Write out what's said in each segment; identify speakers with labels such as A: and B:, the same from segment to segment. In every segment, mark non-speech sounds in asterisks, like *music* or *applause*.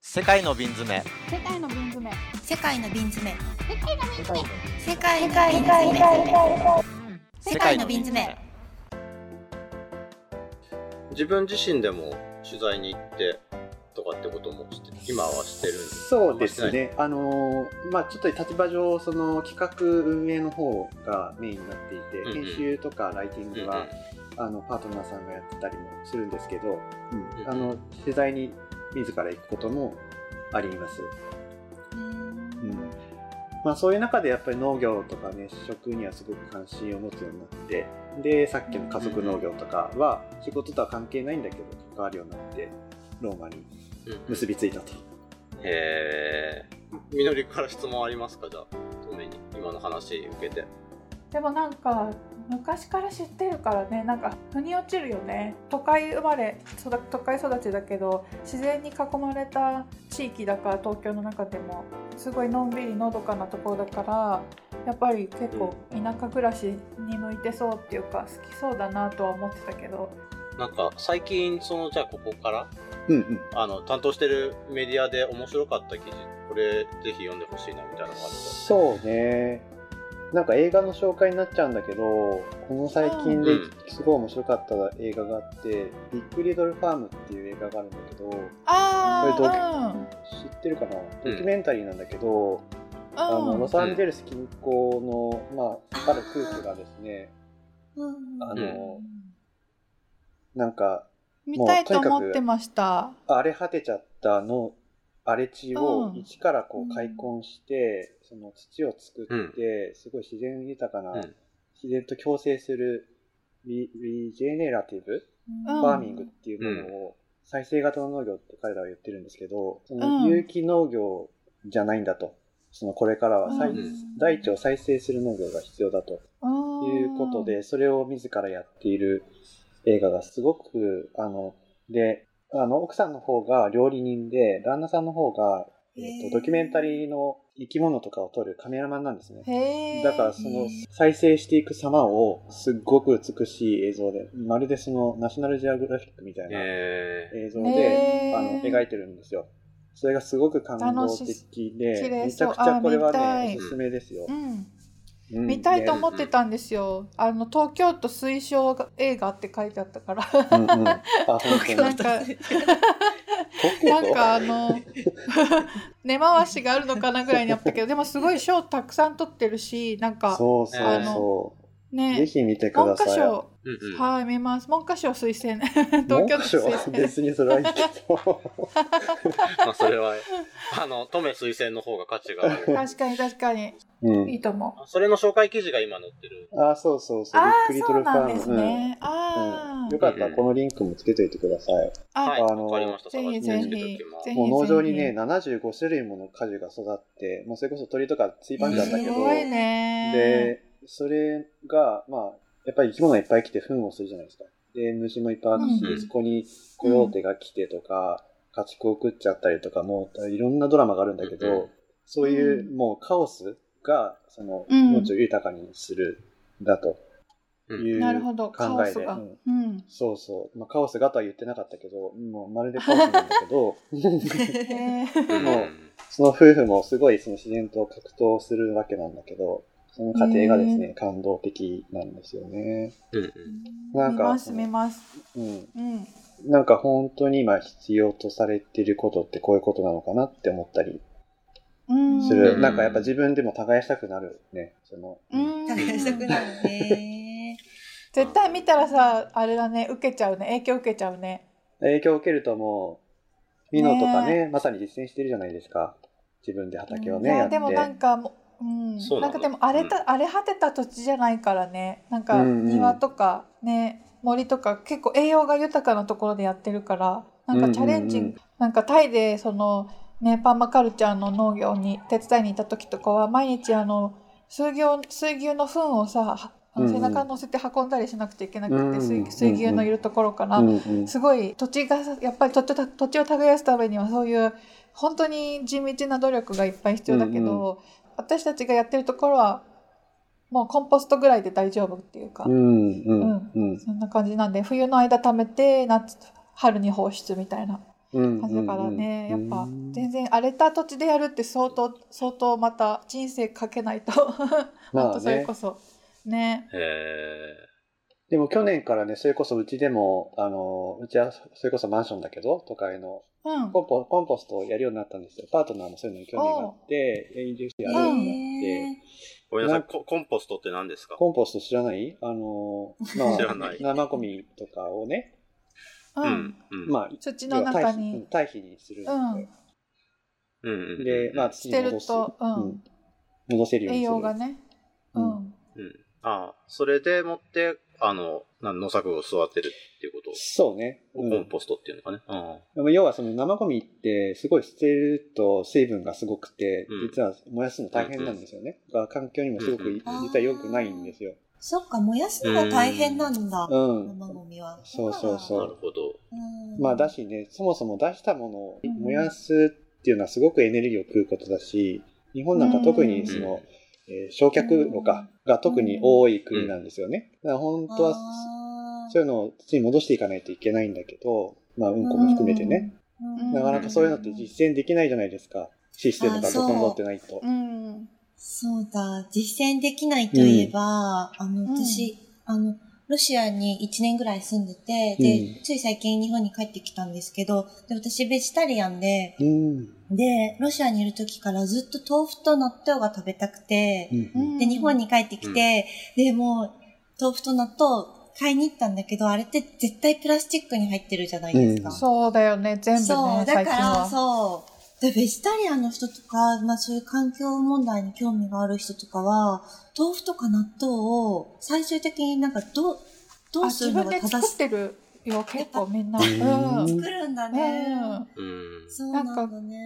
A: 世界の瓶詰め
B: 世界の瓶詰め
C: 世界の瓶詰め
B: 世界の瓶詰め
C: 世界の瓶詰め世界の瓶詰め
D: 自分自身でも取材に行ってとかってこともして今はしてるんです
E: そうですね、あのーまあ、ちょっと立場上、その企画運営の方がメインになっていて、
D: うんうん
E: 編集とかライティン
D: うんう
E: グ
D: ん
E: は、あのパートナーさんがやってたりもするんですけど、うん
D: うんうん
E: あの取材に自ら行くこともあります。うんまあ、そういう中でやっぱり農業とかね食にはすごく関心を持つようになってでさっきの家族農業とかは仕事とは関係ないんだけど関わるようになってローマに
D: うん
E: 結びついたと。
D: へえみのりから質問ありますかじゃあトメに今の話受けて
B: でもなんか昔から知ってるからねなんか腑に落ちるよね都会生まれ育都会育ちだけど自然に囲まれた地域だから東京の中でもすごいのんびりのどかなところだからやっぱり結構田舎暮らしに向いてそうっていうか好きそうだなとは思ってたけど
D: なんか最近そのじゃあここから
E: うんうん、
D: あの担当してるメディアで面白かった記事これぜひ読んでほしいなみたいなのがある
E: そうねなんか映画の紹介になっちゃうんだけどこの最近
D: う
E: で
D: ん
E: すごい面白かった映画があって「ビッグ・リトル・ファーム」っていう映画があるんだけど
C: あ
E: これ知ってるかなドキュメンタリーなんだけど、あ
C: う
E: の
C: ん
E: ロサンゼルス近郊の、まあ、ある夫婦がですね
C: うん
E: あ
D: の
E: なんか
C: 見たいと思ってました
E: 荒れ果てちゃったの荒れ地を
C: うん
E: 一からこう開墾して、その土を作って、すごい自然豊かな、
D: うん
E: 自然と共生するリリジェネラティブ
C: うん
E: ファーミングっていうものを再生型の農業って彼らは言ってるんですけどその
C: うん
E: 有機農業じゃないんだとそのこれからは再、
C: うん
E: 大地を再生する農業が必要だとということで、それを自らやっている映画がすごく、あの、で、あの、奥さんの方が料理人で、旦那さんの方が、え
C: へ
E: っ
C: ー
E: と、ドキュメンタリーの生き物とかを撮るカメラマンなんですね。
C: へー
E: だからその再生していく様をすっごく美しい映像で、まるでそのナショナルジオグラフィックみたいな
D: へえ
E: 映像で、
C: へー
E: あの、描いてるんですよ。それがすごく感動的
C: 楽し
E: で
C: 綺、麗
E: めち
C: そう
E: ゃくちゃこれは
C: あー見た
E: ね
C: い、
E: おすすめですよ
C: う。ん
E: うん
C: 見たいと思ってたんですよ、あの東京都推奨映画って書いてあったから
E: でうんうん。あ、本当に
C: なんか
E: 東京
C: な
E: 都
C: んかあの *laughs* 根回しがあるのかなぐらいにあったけどでもすごい賞たくさん取ってるしなんか
E: そうそう
D: あ
E: そ
C: ね
E: う。ぜひ見てく
C: 文
E: ださ
C: 科
E: い。
C: 省、
D: うんうん
C: はい見ます文科省推薦 *laughs* 東京都
E: *laughs* 文科
C: 推
E: 省
C: 薦
E: 別にそれはいいけど。
D: まあそれはあのトメ推薦の方が価値がある
C: 確かに確かに
E: う
B: い
C: *laughs*
E: ん。
B: いと思う。
D: それの紹介記事が今載ってる
E: あ、そうそうそう。
C: あ
E: ビッグリ
C: あそ
E: ト
C: う
E: ルファ
C: な
E: ー
C: ん
E: ム。
C: ですね、
E: う
C: あ
E: ん
C: あ
E: よかったらこのリンクもつけといてください。
C: あ、
D: はい
E: あの
D: わかりました
C: ぜ
D: 探
C: ひ
D: して
C: ぜ
D: みてお
C: ひぜ
D: き
C: ひ
D: ます
E: もう農場にね
C: ぜ、
E: 75種類もの果樹が育って、もうそれこそ鳥とかつい
C: ひ
E: ばんじゃんだけ
C: す
E: ど、
C: ごいね
E: で、それが、まあ、やっぱり生き物がいっぱい来て糞をするじゃないですか。で、虫もいっぱいあるし、
D: うん
E: そこにコヨーテが来てとか、家畜を食っちゃったりとか、もういろんなドラマがあるんだけど、
D: うん
E: そういううもうカオスが、その、
C: うん
E: 命を豊かにする、だという
C: なるほど
E: う考えで。
C: カオスが
E: うん
C: うん
E: そうそう。まあ、カオスがとは言ってなかったけど、もうまるでカオスなんだけど、
C: へ
D: う
C: ー
D: ん
E: もうその夫婦もすごいその自然と格闘するわけなんだけど、その過程がですね、感動的なんですよね。
D: うんうん
E: なんか
C: 見ます見ます
E: うん。
C: うん
E: なんか本当に今必要とされてることってこういうことなのかなって思ったり
C: うん
E: する。
D: うん
E: なんかやっぱ自分でも耕したくなるね。その、
C: うん
F: したくなるね。
C: 絶対見たらさあれだね受けちゃうね影響受けちゃうね
E: 影響を受けるともう、ミノとかね、まさに実践してるじゃないですか。自分で畑をね、
C: うん
E: や
C: いや
E: って。
C: でもなんかもう、うん、
D: そうな
C: なんん
D: だ
C: かでも荒れた、荒れ果てた土地じゃないからねなんか
E: うんうん
C: 庭とかね、森とか結構栄養が豊かなところでやってるからなんかチャレンジ、
E: うんうんうん
C: なんかタイでそのねパーマカルチャーの農業に手伝いに行った時とかは毎日あの水牛水牛の糞をさあ
E: うん
C: の
E: うん
C: 背中乗せて運んだりしなくちゃいけなくて、
E: うんうん
C: 水水牛のいるところから、
E: うんうん
C: すごい土地がさやっぱり土地を土地を耕すためにはそういう本当に地道な努力がいっぱい必要だけど、
E: うん
C: 私たちがやってるところはもうコンポストぐらいで大丈夫っていうか、
E: うんうんうん。
C: そんな感じなんで冬の間貯めて夏春に放出みたいな
E: うん
C: 感じだからね、
E: うんうん
C: やっぱ全然荒れた土地でやるって相当相当また人生かけないと
E: ま
C: *laughs* ほん
E: あ
C: とそれ
E: ね
C: こ、そね
D: え
E: でも去年からね、それこそうちでも、あの、うちはそれこそマンションだけど、都会の
C: うん
E: コンポコンポストをやるようになったんですよ。パートナーもそういうのに興味があって、移住してやるようになって、
D: ー、ごめんなさい、ココンポストって何ですか
E: コンポスト知らないあの、ま
D: *laughs* 知らない
E: あ、生ゴミとかをね、
C: うん、
D: うん。うん。
E: まあ、
C: 土
E: 要
C: の
E: は堆
C: 中
E: 肥うん
C: に
E: 堆肥にするんですよ
C: うん
D: うんうんうん
E: で、まあ、土
C: 捨
E: に
C: て
E: 戻
C: る
E: す。
C: と、うん
E: うん戻せるよう
C: 栄
E: にする。
C: 養がね、う
E: うん
C: ん
D: うん。ああ、それでもって、あの、なん農作物を育てるっていうこと
E: そうね。
D: を
E: うん
D: コンポストっていうのかね。あ
E: でも要はその生ゴミってすごい捨てると水分がすごくて、
D: うん
E: 実は燃やすの大変なんですよね。だから環境にもすごくい、
F: うんうん
E: 実は良くないんですよ。
F: そっか、燃やすのが大変なんだ。
E: うん。
F: 生ゴミは。
E: そうそう
D: あ、
E: そ
D: な
E: う
D: るほど。
F: うん
E: まあだしね、そもそも出したものを
C: うん
E: 燃やすっていうのはすごくエネルギーを食うことだし、日本なんか特にその、えー焼却炉かが特に多い国なんですよね。だから本当は
F: あー
E: そういうのを土に戻していかないといけないんだけど、まあうんこも含めてね。
F: うん
E: なかなかそういうのって実践できないじゃないですか。システムが整ってないと。
C: うん
F: そうだ、実践できないといえば、あの、
C: うん
F: 私、あの、ロシアに1年ぐらい住んでて、
E: う
F: で、つい最近日本に帰ってきたんですけど、で、私ベジタリアンで、
E: うん。
F: で、ロシアにいる時からずっと豆腐と納豆が食べたくて、
C: うん
F: で、日本に帰ってきて、で、もう、豆腐と納豆買いに行ったんだけど、あれって絶対プラスチックに入ってるじゃないですか。
E: うん
C: そうだよね全部ね
F: そう、だ
C: 最
F: か
C: 近
F: ら、
C: は
F: そう。で、ベジタリアンの人とか、まあそういう環境問題に興味がある人とかは、豆腐とか納豆を最終的になんかどう、ど
C: あ
F: うす
C: 自
F: るの
C: 分
F: が
C: で
F: 正
C: 作
F: し
C: っ
F: い。
C: てるよ結構みんな
E: うん
C: うん
F: 作るんだ
C: う
F: ね
C: ん。
D: うん。
F: そうなんだね。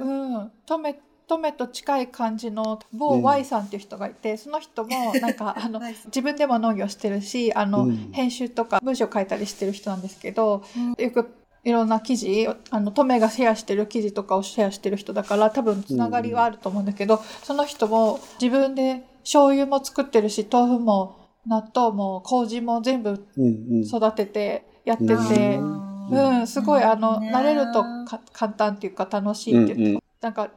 C: うん、トメトメと近い感じの某 Y さんっていう人がいて、その人もなんかあの
F: はい
C: 自分でも農業してるしあの、
E: うん
C: 編集とか文章書いたりしてる人なんですけど、よくいろんな記事あのトメがシェアしてる記事とかをシェアしてる人だから多分つながりはあると思うんだけど、その人も自分で醤油も作ってるし豆腐も納豆も麹も全部
E: うんうん。
C: 育ててやってて、
E: う
C: うんん
E: う
C: すごいあの、
F: ね
C: 慣れるとか簡単っていうか楽しいっていうか、
E: うんうん
C: なんか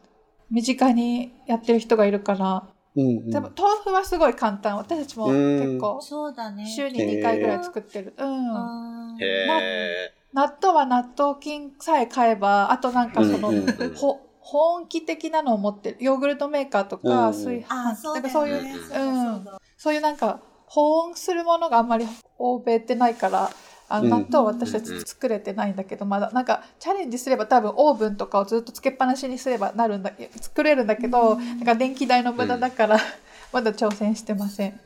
C: 身近にやってる人がいるから、
E: うんうん
C: でも豆腐はすごい簡単私たちも結構
F: そうだね。
C: 週に
E: へー
C: 2回ぐらい作ってる、うん、納
F: あー
D: へ
C: 豆は納豆菌さえ買えばあとなんかその、
E: うんうん
D: うん
C: ほ保温器的なのを持ってるヨーグルトメーカーと
E: うんう
C: か
E: ん
C: 炊飯、
F: あー、そうだ
C: なんかそうい
F: よ
C: う
F: ね。
D: うん
F: そうだそうだ
C: そういうなんか保温するものがあんまり欧米ってないからあ
E: うん
C: 納豆は私たち作れてないんだけど、まだなんかチャレンジすれば多分オーブンとかをずっとつけっぱなしにすればなるんだ作れるんだけど、なんか電気代の無駄だから、 *laughs* まだ挑戦してません。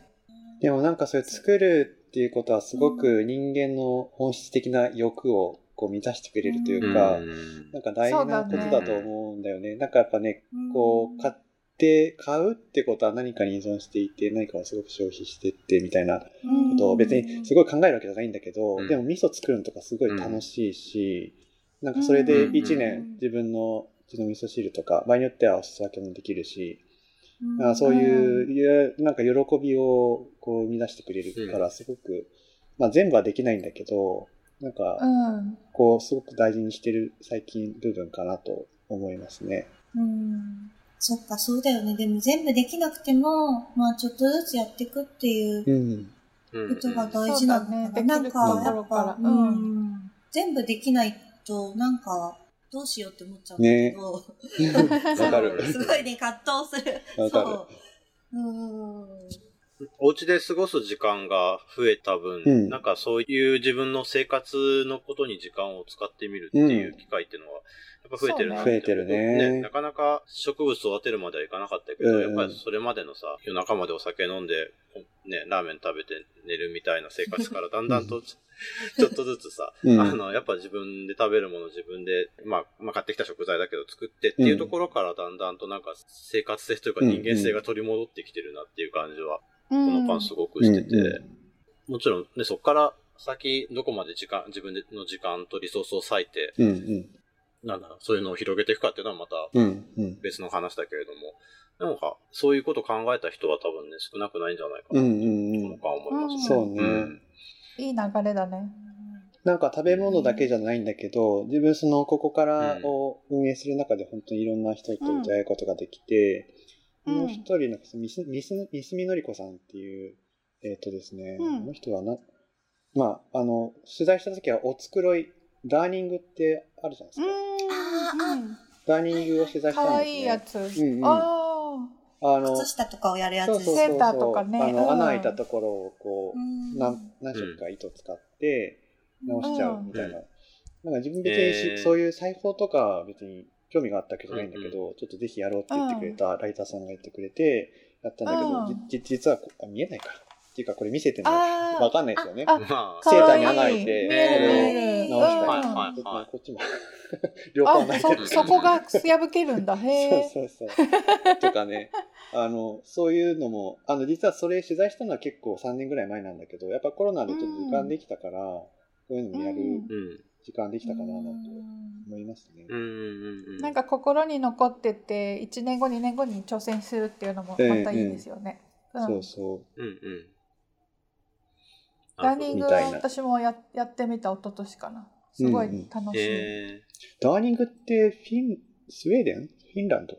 E: でもなんかそれ作るっていうことはすごく人間の本質的な欲をこう満たしてくれるとい
D: え。
E: うか、
D: うん
E: なんか大事なことだと思うんだよね。なんかやっぱね、こう買
F: っ
E: って、買うってことは何かに依存していて、何かをすごく消費してってみたいなこ
F: うん
E: とを別にすごい考えるわけじゃないんだけど、
D: うん
E: でも味噌作るのとかすごい楽しいし、なんかそれ
F: う
E: で1
F: ん
E: 年自分のうちの味噌汁とか、場合によってはお裾分けもできるし、あそういう、いやなんか喜びをこう生み出してくれるから、すごく、まあ全部はできないんだけど、なん
C: う
E: か、
C: ん
E: こう、すごく大事にしてる最近部分かなと思いますね。
F: うんそっか、そうだよね。でも全部できなくても、まあちょっとずつやっていくっていう
E: うん。
D: う
F: こ
D: ん
F: とが大事なのかな。
C: うんそうだね
F: なんか、
E: でき
F: や
E: る
F: っ
C: ところか
F: ぱ、
C: ら
F: う
C: うん
F: ん、全部できないと、なんか、どうしようって思っちゃうんだけど、
E: わか
F: *laughs*
E: る。
F: すごいね、葛藤する。
E: わかる。
F: そう。うん。
D: お家で過ごす時間が増えた分、
E: うん
D: なんかそういう自分の生活のことに時間を使ってみるっていう機会っていうのは、やっぱ増えてるな
C: そ
D: って
E: ね増え
C: う
E: てるね
D: なかなか植物育てるまではいかなかったけど、
E: うんうん
D: やっぱりそれまでのさ、夜中までお酒飲んで、ね、ラーメン食べて寝るみたいな生活からだんだんと、 *laughs* ちょっとずつさ、
E: うん
D: あの、やっぱ自分で食べるもの自分で、まあ、まあ、買ってきた食材だけど作ってっていうところからだんだんとなんか生活性というか
E: うん
D: 人間性が取り戻ってきてるなっていう感じは、
C: う
D: こ
C: ん
D: の間すごくしてて、
E: うんうん
D: もちろんね、そこから先どこまで時間、自分の時間とリソースを割いて、
E: うんうん。
D: なんだろう、そういうのを広げていくかっていうのはまた
E: うんうん。
D: 別の話だけれども、なんか、そういうことを考えた人は多分ね、少なくないんじゃないか
E: う
D: な、
E: んうんう
D: と
E: ん。
D: か思いますね。
E: そうね。
D: うん
C: いい流れだね。
E: なんか食べ物だけじゃないんだけど、自分そのここからを運営する中で本当にいろんな人と出会うことができて、
C: うん
E: もう一人のミス、ミス、ミスミノリコさんっていう、えっ、とですね、
C: うん
E: この人はな、まあ、あの、取材した時はおつくろい、ダーニングってあるじゃないですか。
F: あ
C: ん。
E: ダーニングを取材したんです、ね。
C: 可愛いやつ。
E: うんうん。あ
C: あ
E: の、
F: 靴下とかをやるやつです
E: そうそうそう
F: ね
C: センターとかね
E: あ
C: うん
E: の、穴開いたところをこう、
F: うん
E: 何何色か糸使って直しちゃうみたいな。なんか自分別
D: え
E: に
D: ー
E: しそういう裁縫とか別に興味があったわけじゃないんだけど、ちょっとぜひやろうって言ってくれたライターさんが言ってくれて、やったんだけど、
C: うん
E: じじ実はこあ見えないから。っていうかこれ見せて
C: あ。
E: も
C: あ
E: わ
C: あ。
E: かんないですよね。
C: あ
D: まあ、
E: セーターに
C: 可愛
E: 穴開いて
C: 見える
D: これを
C: 見える
E: 直した
D: はい
E: い
C: うん
D: はいはい
E: こっちも *laughs* 両方穴
C: あ、
E: 開いてる
C: そ、そこが破けるんだ。へえ。
E: そうそうそう。とかね。あの、そういうのも、あの、実はそれ取材したのは結構3年ぐらい前なんだけど、やっぱコロナでちょっと時間できたから、こういうのもやる
C: うん
D: うん。
E: 時間できたかななんて
F: うん
E: 思いますね。
D: うんうんうん。
C: なんか心に残ってて1年後2年後に挑戦するっていうのもまたいいですよね。うん
E: そうそ
D: うんうん。
C: ランニング
E: み
C: は
E: たいな
C: 私もややってみた一昨年かな。すごい楽しい。
D: え
E: う。ダーニングってフィン、スウェーデンフィンランド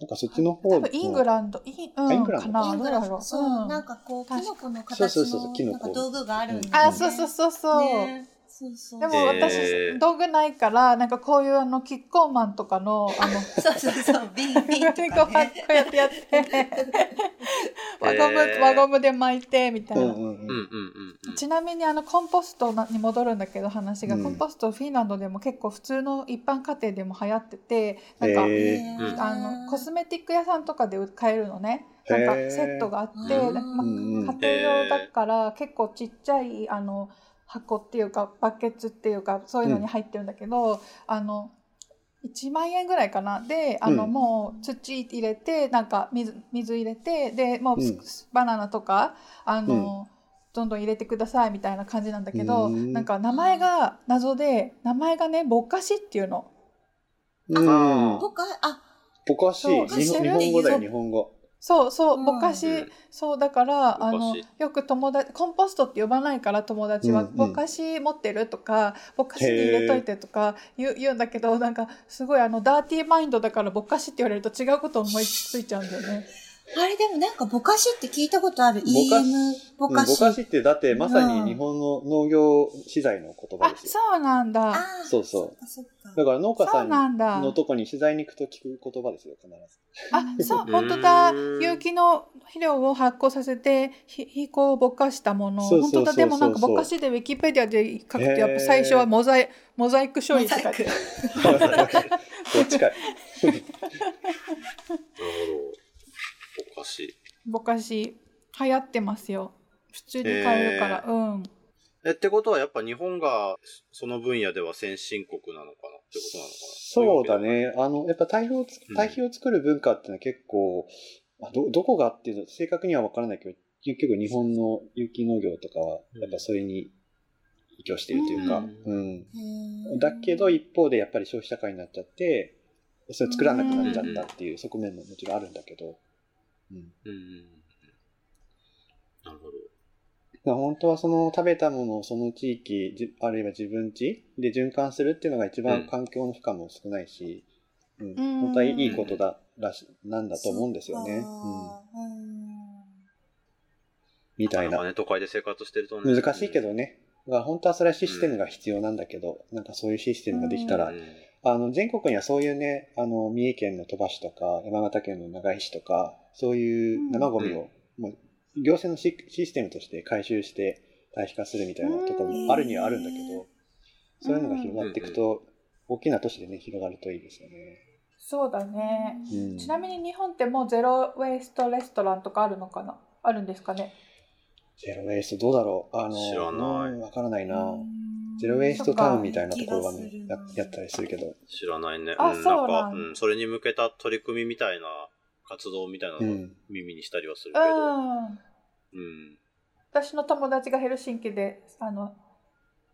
E: なんかそっちの方
C: 多分イングランド、イン、うん、
E: イングランド
C: かな。
F: イン
C: ど
F: グ
C: う
F: ラ
C: だ
F: ン
C: ろ
F: ド
C: う。
F: そう、なん
C: か
F: かこう、キ
C: 確か
F: ノコの
E: そう
F: 形
E: そうそうそうキ
F: の
E: ノ
F: なんか
E: コ
F: 道具があるんだよね
E: うん
C: あ、そうそうそうそう。
F: ねそうそう。
C: でも
D: え
C: 私、
D: えー
C: 道具ないから、なんかこういうあの、キッコーマンとかの、あの、
F: そうそうそう、ビンビンと
C: こ
F: か
C: うやっ
F: ね。
C: てやって、 *laughs* 輪ゴム、
D: えー
C: 輪ゴムで巻いて、みたい
E: うんう
C: な。
E: ん
D: ー。
E: う
D: うんうん
E: ん。
D: うんうん。
C: ちなみにあのコンポストに戻るんだけど話が、
E: うん
C: コンポストフィンランドでも結構普通の一般家庭でも流行っててなんか、
E: へえ
D: うん
C: あのコスメティック屋さんとかで買えるのね
E: へ
C: な
E: え
C: んかセットがあって、
F: うん
C: なんかま
E: うんうん
C: 家庭用だから結構ちっちゃいあの箱っていうかバケツっていうかそういうのに入ってるんだけど、あの1万円ぐらいかなであの、
E: うん
C: もう土入れてなんか水水入れてでもう、
E: うん
C: バナナとかあの、どんどん入れてくださいみたいな感じなんだけど、
E: うん
C: なんか名前が謎で名前がねぼっかしっていうの。
E: うん。
F: 僕は、あ、
E: ぼかしい。
C: そう
E: 日本日本語だよ、日本語。
C: そうそうう、
F: ん
C: ぼかし、
D: うん
C: そうだから、あ
D: ぼ
C: の
D: かし、
C: よく友達、コンポストって呼ばないから友達
E: う
C: は、
E: んうん
C: ぼかし持ってるとか、ぼかしに入れといてとか言う言うんだけど、なんか、すごいあの、ダーティーマインドだからぼかしって言われると違うこと思いついちゃうんだよ
E: *laughs*
C: ね。
F: あれでもなんかぼかしって聞いたことある。
E: ぼかし
F: EM ぼ
E: うん
F: か
E: ぼ
F: し。
E: かしってだってまさに日本の農業資材の言葉
C: あ
E: で、すよ。
C: そうなん
F: あ
C: だ。
F: ー
E: そうそう。
F: そっかそっか
E: だから農家
C: そ
E: さ
C: うんなんだ。
E: のとこに取材に行くと聞く言葉ですよ、必ず。
C: あ、そうう、
E: *laughs*
D: ん
C: 本当だ。有機の肥料を発酵させて、ひ、肥料をぼかしたもの。
E: そうそうそ
C: 本
E: うそう
C: 当だ。でもなんかぼかしでウィキペディアで書くと、
E: へー
C: やっぱ最初はモザイ、モザイク処理って書いてある。
E: どっちかい。
D: なるほど。おかしい。
C: ぼかし、流行ってますよ。普通に買えるから。
D: へ
C: うん。
D: え、ってことはやっぱ日本がその分野では先進国なのかなってことなのかな
E: そうだ。ね。あの、やっぱ堆肥をつ
D: うん
E: 堆肥を作る文化っていうのは結構、あど、どこがっていうの、正確には分からないけど、結局日本の有機農業とかは、やっぱそれに依拠しているというか、
D: う
E: うん。
F: へー
E: だけど、一方でやっぱり消費社会になっちゃって、それ作らなくなっちゃったっていう側面ももちろんあるんだけど、うん。
D: そういうわけではないうん。なるほど。
E: まあ本当はその食べたものをその地域、じあるいは自分地で循環するっていうのが一
D: うん
E: 番環境の負荷も少ないし、うん
C: ん
E: 本当はいいことだらし、なんだと思うんですよ
F: そっ
E: ね。うん、
F: かうん
E: みたい
D: なんか
E: な。
D: ね、都会で生活してるとね
E: 難しいけ。どね。まあ本当はそれはシステムが必要なんだけど、なんかそういうシステムができた
D: う
E: ら、
D: ん
E: あの全国にはそういうね、あの三重県の鳥羽市とか山形県の長井市とか、そういう生ゴミを、もう行政のシシステムとして回収して堆肥化するみたいなところもあるにはあるんだけど、そういうのが広がっていくと、大きな都市でね、広がるといいですよね。
C: そうだね。
E: うん、
C: ちなみに日本ってもうゼロウェイストレストランとかあるのかなあるんですかね
E: ゼロウェイストどうだろうあの、
D: 知らない
E: うんわからないな。
F: うん
E: ゼロウェイストタウンみたいなところが
F: そっ
E: ね
F: か、
E: ややったりするけど。
D: 知らないね。
C: あ
D: うん、
C: そ
D: な
C: うなんん
D: か、うん、それに向けた取り組みみたいな活動みたいな
E: う
D: のを
E: ん。
D: 耳にしたりはする
C: う
D: けど。
C: ん。
D: うん。
C: 私の友達がヘルシンキで、あの、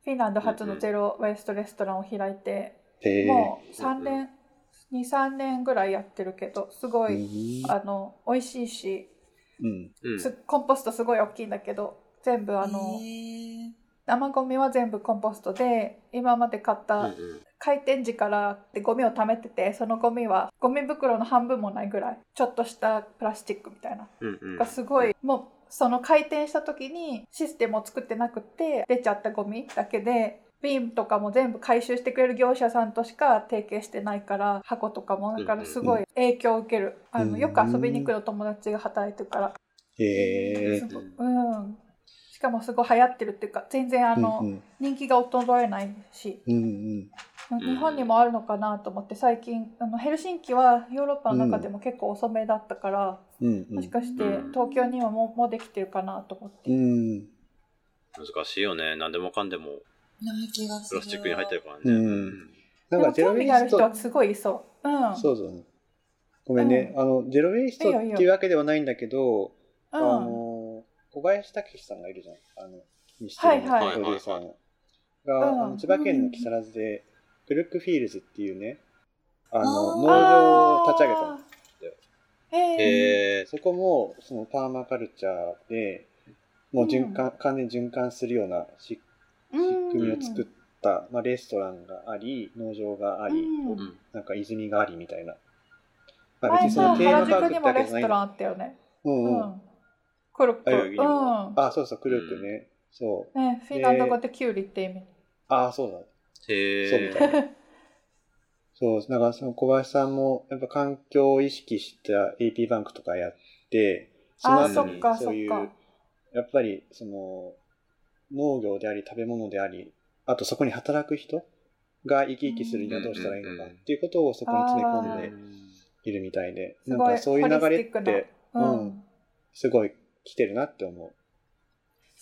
C: フィンランド初のゼロウェイストレストランを開いて、
E: へ
C: もう
D: そう
C: 3年、2、3年ぐらいやってるけど、すご
E: え
C: い、あの、美味しいし、
E: うん。
D: うん。
C: すコンポストすごい大きいんだけど、全部あの、
F: へー
C: 生ゴミは全部コンポストで今まで買っ
D: うんう
C: た
D: ん
C: 開店時からでゴミを貯めててそのゴミはゴミ袋の半分もないぐらいちょっとしたプラスチックみたいな
D: うんうん
C: がすごいもうその開店した時にシステムを作ってなくて出ちゃったゴミだけで瓶とかも全部回収してくれる業者さんとしか提携してないから箱とかもだからすごい影響を受けるあ
E: う
C: の
E: ん
C: よく遊びに来る友達が働いてるから
E: へえ
C: す。ごいうんしかもすごい流行ってるっていうか全然あ
E: う
C: の
E: ん
C: 人気が衰えないし
E: うんうん
C: 日本にもあるのかなと思って最近あのヘルシンキはヨーロッパの中でも結構遅めだったから、
E: うんうん
C: もしかして東京にはもうもうできてるかなと思って、
E: うん
D: 難しいよね。何でもかんでも
F: ない気がす
D: プ
F: る。
D: ラスチックに入ってるからね。
E: うんな
C: で
E: んか
C: も
E: ゼロ
C: 興
E: ウ
C: 味
E: ェイ
C: がある
E: ス
C: 人
E: ト
C: はすごいいそう、うん
E: そうそう、ごめんね、あのゼロウェイストって
C: いいよい
E: い
C: いう
E: わけではないんだけど、
C: う
E: あ
C: ん
E: の小林武史さんがいるじゃんあのミステリー
C: はい
D: はい
E: のプロデューサーのが、
C: うん
E: あの千葉県の木更津でブルックフィールズっていうねあの
F: あー
E: 農場を立ち上げたの
C: ええ
D: へえ。
E: そこもそのパーマカルチャーでもう循環、完全に循環するようなし仕組みを作った、まあ、レストランがあり農場があり、
C: うん
D: うん
E: なんか泉がありみたいな、まあ、別
C: 前
E: にそ
C: さ
E: のテー
C: 原
E: マパーク
C: 宿に
E: ってわ
C: も
E: け
C: レ
E: じゃ
C: スト
E: ないん
C: ラ
E: だ
C: ンあったよね
E: うん
C: う
E: うん、
C: んコロッ
D: あ代々木にも
C: うん
E: あそうそうクルックね、そう
C: ねフィンランド語でキュウリって意味、
E: あそうだそうみ
D: へ
E: たい
D: え。
E: な。そう、なんかその小林さんも、やっぱ環境を意識した AP バンクとかやって、その
C: あー
E: 後
C: そっ
E: に
C: か
E: そういう、
C: そっか
E: やっぱりその農業であり食べ物であり、あとそこに働く人が生き生きするにはどうしたらいいの
D: うんうん
E: か
D: うん
E: っていうことをそこに詰め込ん
D: う
E: で
D: ん
E: いるみたいで、
C: す
E: なん
C: ごい
E: かそういう
C: ホ
E: 流
C: リ
E: れ
C: スティック
E: っ
C: な
E: て、
C: うん
E: うんすごい来てるなって思う。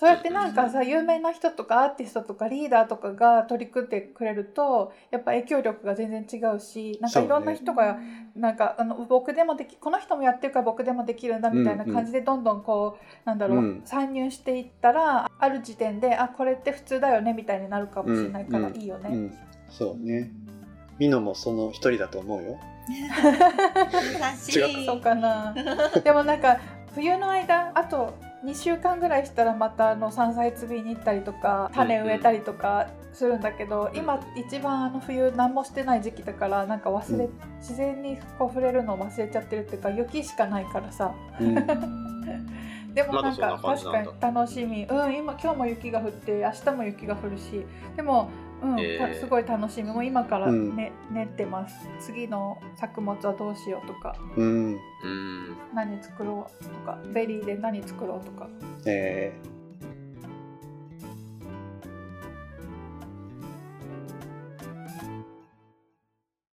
C: そうやってなんかさ有名な人とかアーティストとかリーダーとかが取り組んでくれるとやっぱ影響力が全然違うしなんかいろんな人が、なんかあの僕でもできこの人もやってるから僕でもできるんだみたいな感じでどんどんこう、なんだろう、
E: うん
C: 参入していったらある時点であこれって普通だよねみたいになるかもしれないから
E: うん
C: いいよね。
E: うん、そうね。ミノもその一人だと思うよ。
F: 難しい。
C: そうかなでもなんか冬の間あと2週間ぐらいしたらまたあの山菜摘みに行ったりとか種植えたりとかするんだけど、今一番あの冬何もしてない時期だからなんか忘れ、
E: う
C: 自然にこう触れるのを忘れちゃってるっていうか雪しかないからさ
E: うん、
C: でもな
D: ま
C: ん
D: だそんな
C: か
D: 感じ
C: 確
D: な
C: か
D: んだ
C: に楽しみうん今今日も雪が降って明日も雪が降るしでも、うんた
D: えー
C: すごい楽しみもう今から、
E: うん
C: ね練ってます次の作物はどうしようとか
E: うん、
D: うん。
C: 何作ろうとかベリーで何作ろうとか
E: えー